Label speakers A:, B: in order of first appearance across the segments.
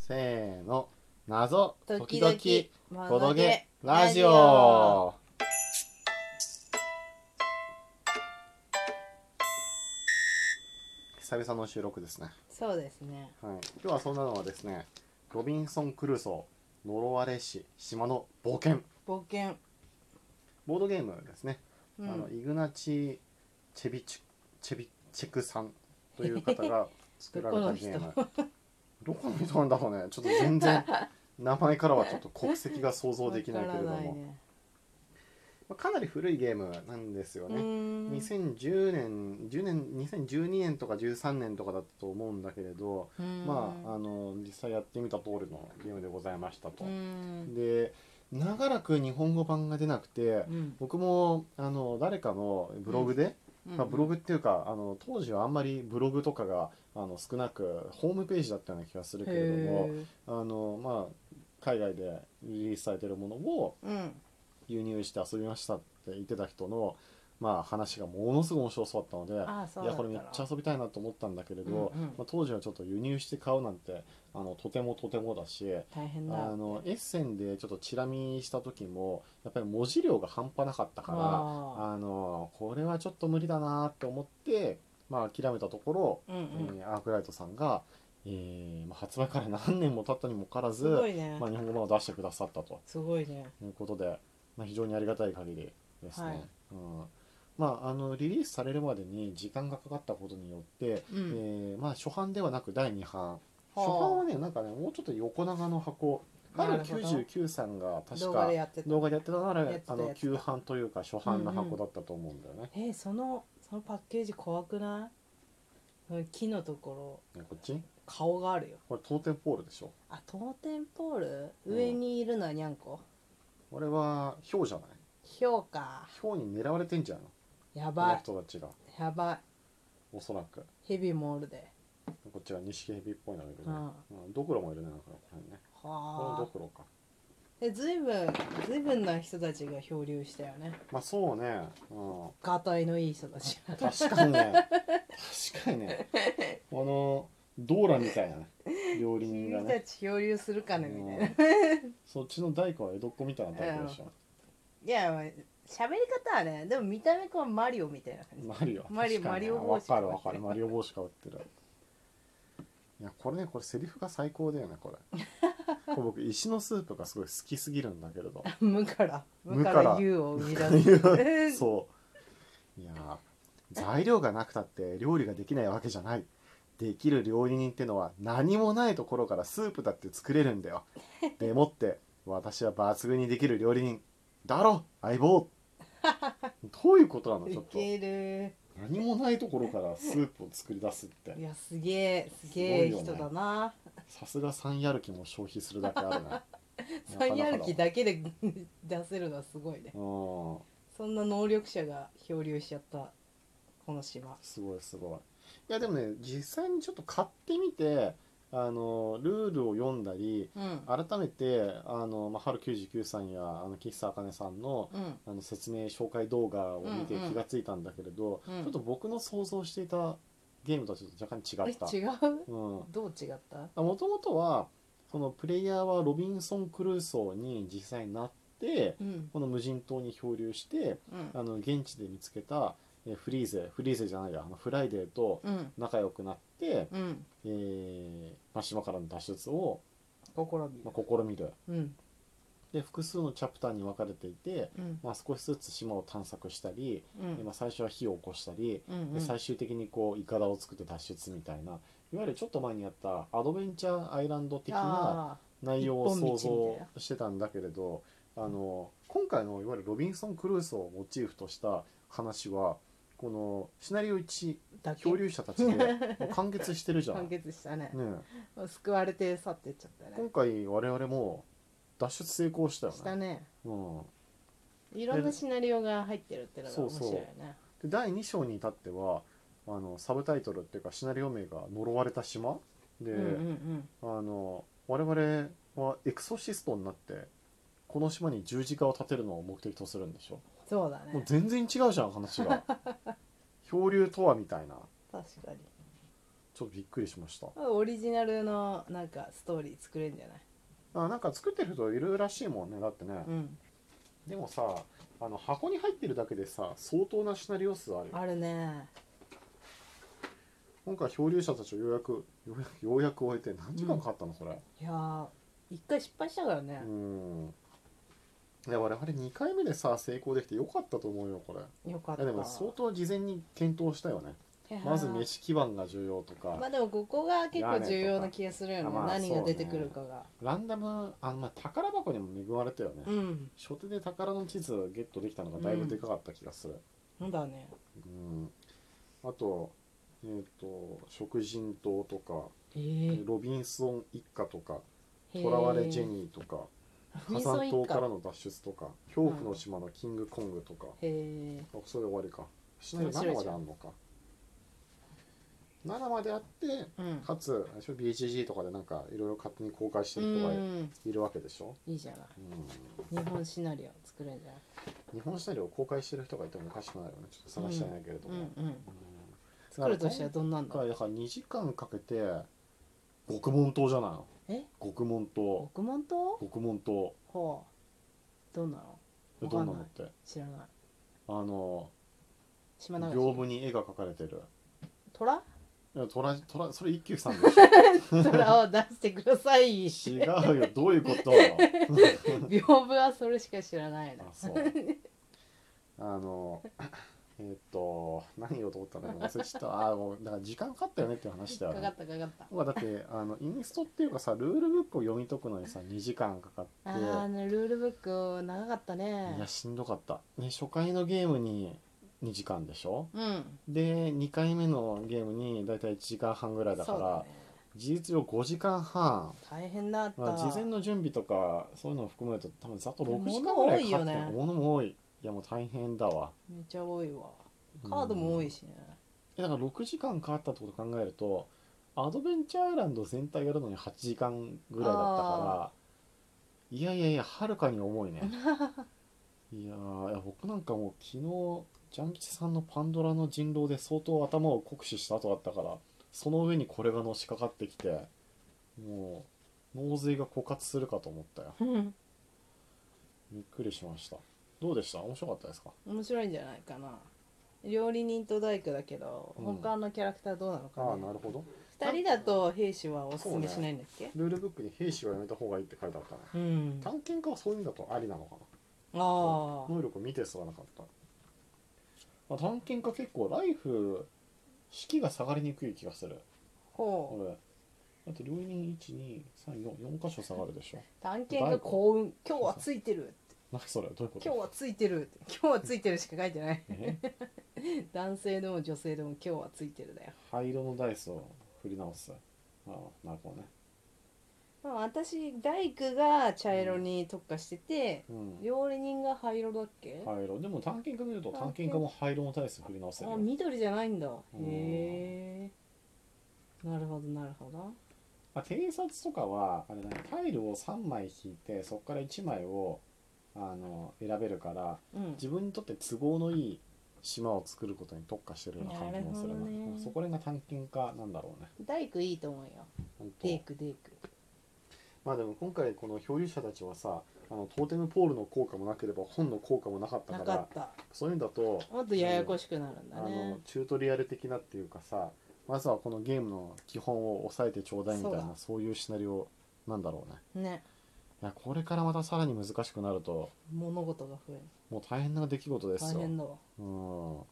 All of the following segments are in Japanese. A: せーの謎時
B: 時
A: 々
B: 々
A: ボドゲラ
B: ラ
A: ジ
B: ジ
A: オ
B: オ
A: 久々の収録ですね、
B: そうですね
A: はい、今日はそんなのはですねロビンソン・クルーソー呪われし島の冒険
B: 冒険
A: ボードゲームですね、
B: うん
A: あのイグナチ・チェビチュチェビチェクさんという方 が作られたゲームどこの人なんだろうねちょっと全然 名前からはちょっと国籍が想像できないけれども
B: わからない
A: ま
B: ね
A: あ、かなり古いゲームなんですよ
B: う
A: ね、
B: ーん
A: 2010年10年2012年とか13年とかだったと思うんだけれど、
B: うーん
A: まああの実際やってみた通りのゲームでございましたと
B: うー。ん
A: で長らく日本語版が出なくて
B: うん
A: 僕もあの誰かのブログで、
B: うん
A: まあ、ブログっていうかあの当時はあんまりブログとかがあの少なくホームページだったような気がするけれども
B: へー
A: あの、まあ、海外でリリースされてるものを
B: うん
A: 輸入して遊びましたって言ってた人の、まあ、話がものすごい面白そうだったので。
B: ああそう
A: いや
B: だった
A: これ
B: の
A: めっちゃ遊びたいなと思ったんだけれど、
B: うんうん
A: まあ、当時はちょっと輸入して買うなんてあのとてもとてもだし
B: 大変だ
A: あのエッセンでちょっとチラ見した時もやっぱり文字量が半端なかったから
B: あ
A: あのこれはちょっと無理だなって思って、まあ、諦めたところ、
B: ーうんうん
A: えーアークライトさんが、えーまあ、発売から何年も経ったにもかかわらず
B: す、ごいね
A: まあ、日本語版を出してくださったと。
B: すごいね
A: ということで、まあ、非常にありがたい限りですね。
B: はい
A: うんまあ、あのリリースされるまでに時間がかかったことによって、
B: うん
A: えーまあ、初版ではなく第2版
B: あ
A: 初版はねなんかねもうちょっと横長の箱春
B: なるほど
A: 99さんが確
B: 動画
A: か
B: でやってた
A: 動画でやってたなら
B: やってた
A: あの
B: やってた
A: 旧版というか初版の箱だったと思うんだよね。
B: えーそのそのパッケージ怖くないその木のところ
A: ねこっち
B: 顔があるよ
A: これトーテンポールでしょ
B: あトーテンポール
A: うん
B: 上にいるのはにゃんこ
A: これはヒョウじゃない
B: ひょうか
A: ヒョウに狙われてんじゃんこ
B: や
A: の
B: ば
A: 人たちが
B: いやばい
A: おそらく
B: ヘビもおるで
A: こっちは錦蛇っぽいのがいるね、
B: う
A: うんドクロもいるねなんかこの辺ねこれド
B: はあ
A: クロか
B: えずいぶんずいぶんな人たちが漂流したよね
A: まあそうね、う
B: ガタイのいい人たち
A: ん、確かに ね確かにねあのドーラみたいなね料理人が
B: 君
A: ね
B: たち漂流するかねみたいな
A: うんそっちの大工は江戸っ子みたいな大工でしょ、
B: いやまあ喋り方はねでも見た目こうマリオみたいな感じ
A: マリオ
B: マリ
A: 確
B: オ
A: かにね
B: マリオ帽子
A: わかるわかるマリオ帽子かぶってるいやこれねこれセリフが最高だよねこれ これ僕石のスープがすごい好きすぎるんだけれど
B: 無から無
A: 無
B: か
A: から
B: ら優を生み 出す
A: そういやー材料がなくたって料理ができないわけじゃないできる料理人ってのは何もないところからスープだって作れるんだ よでもって私は抜群にできる料理人だろ相 棒どういうことなのちょっ
B: ウ
A: と
B: ケる
A: 何もないところからスープを作り出すって
B: いやすげえすげえ
A: すごいよね
B: 人だな
A: さすが三やる気も消費するだけあ るな
B: 三やる気
A: だ
B: だけで 出せるのはすごいね
A: うん
B: そんな能力者が漂流しちゃったこの島
A: すごいすごい。いやでもね実際にちょっと買ってみてあのルールを読んだり
B: うん
A: 改めてあの、まあ、春99さんやあの岸あかねさんの
B: うん
A: あの説明紹介動画を見て
B: うんうん
A: 気がついたんだけれど、
B: うん
A: ちょっと僕の想像していたゲームとはちょっと若干違った。
B: え違う
A: うん
B: どう違った
A: もともとはそのプレイヤーはロビンソン・クルーソーに実際になって
B: うん
A: この無人島に漂流して
B: うん
A: あの現地で見つけたえーフリーゼフリーゼじゃないやあのフライデーと
B: うん
A: 仲良くなって、
B: うん
A: えーまあ、島からの脱出を、
B: 心見
A: まあ、試みる
B: うん
A: で複数のチャプターに分かれていて、
B: うん
A: まあ、少しずつ島を探索したり、
B: う
A: でま
B: ん
A: あ、最初は火を起こしたり
B: うんう
A: で
B: ん
A: 最終的にこうイカダを作って脱出みたいないわゆるちょっと前にやったアドベンチャーアイランド的な
B: あ
A: 内容を想
B: 一本道みたい
A: 像してたんだけれどあの今回のいわゆるロビンソン・クルーソーをモチーフとした話はこのシナリオ1
B: ーだけ
A: 漂流者たちで もう完結してるじゃん。
B: 完
A: ね
B: 結したね
A: え
B: 救われて去ってっちゃったね
A: 今回我々も脱出成功したよね。
B: したね
A: うん、
B: いろんなシナリオが入ってるってのが面白いよね
A: で第2章に至ってはあのサブタイトルっていうかシナリオ名が「呪われた島」で、
B: うんうん
A: あの我々はエクソシストになってこの島に十字架を立てるのを目的とするんでしょ。
B: うんそうだ
A: もう
B: ね
A: 全然違うじゃん話が漂流とはみたいな
B: 確かに
A: ちょっとびっくりしました
B: オリジナルのなんかストーリー作れるんじゃない
A: あなんか作ってる人いるらしいもんねだってね、
B: うん
A: でもさあの箱に入ってるだけでさ相当なシナリオ数あるよ
B: あるね
A: 今回漂流者たちをようやくようやくようやく終えて何時間かかったのそれ
B: いやー一回失敗したからね
A: う、んいや我々2回目でさ成功できてよかったと思うよこれい
B: よかっ
A: や
B: た
A: でも相当事前に検討したよね
B: いやー
A: まず飯基盤が重要とか、
B: まあでもここが結構重要な気がするよね
A: 屋根とか
B: 何が出てくるかが
A: ランダムあの、まあ、宝箱にも恵まれたよね、
B: うん
A: 初手で宝の地図をゲットできたのがだいぶでかかった気がする、
B: なんだね
A: うんあとえっ、と食人島とか
B: えー、
A: ロビンソン一家とか囚われジェニーとか火山島から
B: へ
A: の脱出とか恐怖の島のキングコングとか、
B: え
A: あそれで終わりかシナリオ
B: 面
A: 7
B: 白い
A: まで
B: じゃ
A: あ
B: ん
A: んのか7まであって
B: うん
A: かつあれでしょ BGG とかでなんかいろいろ勝手に公開して
B: う
A: る人が
B: ん
A: いるわけでしょ、
B: いいじゃない
A: うん
B: 日本シナリオ作れるんじゃない
A: 日本シナリオを公開してる人がいてもおかしくないよねちょっと探してないけれど
B: う
A: も、うん
B: んうん作るとしてはどんな
A: だ
B: んだ
A: からだから2時間かけて獄門島じゃないの
B: え
A: 獄門島
B: 獄門島
A: 獄門島
B: ほうどんなの
A: え
B: わ
A: ど
B: か
A: んな
B: んない
A: のって
B: 知らない
A: あの
B: 島流し
A: 屏風に絵が描かれてる
B: 虎
A: いや虎虎それ一休さんで しょ
B: 虎を出してくだ さい
A: 違うよどういうことあ
B: 屏風はそれしか知らないな
A: そうあのえっと何をと思ったのか忘れちゃったあーもうだから時間かかったよねっていう話だ
B: か
A: よ
B: か
A: ね
B: ったかかった
A: 僕はだってあのインストっていうかさルールブックを読み解くのにさ2時間かか
B: あ
A: って
B: ーあのルールブック長かった
A: いや
B: ね
A: しんどかった、ね、初回のゲームに2時間でしょ
B: うん
A: で2回目のゲームにだいたい1時間半ぐらいだか
B: そう
A: ら
B: だね
A: 事実上5時間半
B: 大変だった、
A: まあ、事前の準備とかそういうのを含めると多分ざっと6時間
B: 物
A: ぐら
B: 多
A: い
B: い
A: かか
B: よ
A: って
B: ね
A: る物も多いいやもう大変だわ
B: めっちゃ多いわカードも多いしね、
A: えだから6時間かかったってことを考えるとアドベンチャーアイランド全体やるのに8時間ぐらいだったからいやいやいやはるかに重いねいやーいや僕なんかもう昨日ジャン吉さんの「パンドラの人狼」で相当頭を酷使した後だったからその上にこれがのしかかってきてもう脳髄が枯渇するかと思ったよ
B: うん
A: びっくりしましたどうでした面白かったですか
B: 面白いんじゃないかな料理人と大工だけど、
A: うん
B: 他のキャラクターどうなのか
A: ああ
B: ね
A: なるほど
B: 二人だと兵士はおすすめしないんだっけ
A: ルールブックに「兵士はやめた方がいい」って書いてあったね
B: うんあ
A: 探検家はそういう意味だとありなのか
B: あ
A: な能力を見てすらなかった、まあ、探検家結構ライフ式が下がりにくい気がする
B: ほう
A: 俺だって料理人12344箇所下がるでしょ
B: 探検が幸運今日はついてる
A: 何それどういうこ
B: 今日
A: と
B: はついてる今日はついてるしか書いてない
A: え
B: 男性でも女性でも今日はついてるだよ
A: 灰色のダイスを振り直すああなるほどね
B: まあ私大工が茶色に特化してて、
A: うん
B: 料理人が灰色だっけ、
A: 灰色でも探検家見ると探検家も灰色のダイス振り直せる
B: あ
A: よ
B: 緑じゃないんだ
A: ん
B: へえなるほどなるほど
A: まあ、偵察とかはあれだねタイルを3枚引いてそこから1枚をあの選べるから
B: うん
A: 自分にとって都合のいい島を作ることに特化してるような感じもする
B: なる
A: な
B: ほどね
A: そこら辺が探検家なんだろうね
B: 大工いいと思うよ
A: 本当
B: デイクデイク
A: まあでも今回この漂流者たちはさあのトーテムポールの効果もなければ本の効果もなかった
B: な
A: か
B: からった
A: そういうんだと
B: もっとややこしくなるんだ
A: あ
B: ね
A: のチュートリアル的なっていうかさまずはこのゲームの基本を押さえてちょうだいみたいな
B: そうだ
A: そういうシナリオなんだろうね
B: ね
A: いやこれからまたさらに難しくなると
B: 物事が増える
A: もう大変な出来事です
B: 大
A: よ。
B: 変だわ
A: うん、っ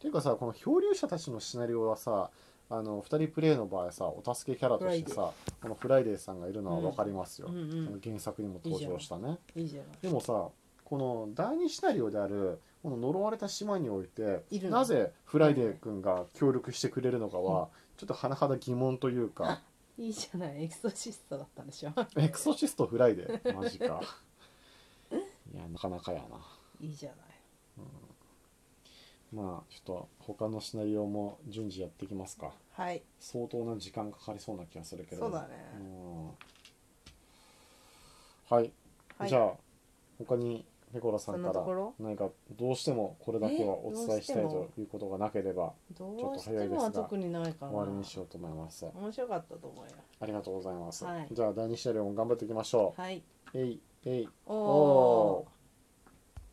A: ていうかさこの漂流者たちのシナリオはさあの2人プレイの場合さお助けキャラとしてさこのフライデーさんがいるのは分かりますよ、
B: うんう
A: この
B: ん
A: 原作にも登場したね
B: いいじゃない
A: でもさこの第2シナリオであるこの呪われた島において
B: いるの
A: なぜフライデー君が協力してくれるのかは、ちょっと甚だ疑問という か
B: いいじゃないエクソシストだったんでしょ
A: エクソシストフライデーマジ かいやなかなかやない
B: いじゃない
A: まあちょっと他のシナリオも順次やっていきますか
B: はい
A: 相当な時間かかりそうな気がするけれど
B: そうだ
A: ね
B: ね
A: うんはい、
B: はい
A: じゃあ他にペコラさ
B: そ
A: ん
B: ん
A: か
B: なと
A: ら
B: ころ
A: 何かどうしてもこれだけはお伝えしたい
B: えどうして
A: と
B: も
A: いうことがなければ
B: どうし
A: ちょ
B: て
A: っと早い
B: も
A: ですが
B: は特にないかな
A: 終わりにしようと思います。
B: 面白かったと思うよ
A: ありがとうございます。
B: はい
A: じゃあ第二車両も頑張っていきましょう。
B: はい
A: えいえい
B: お
A: お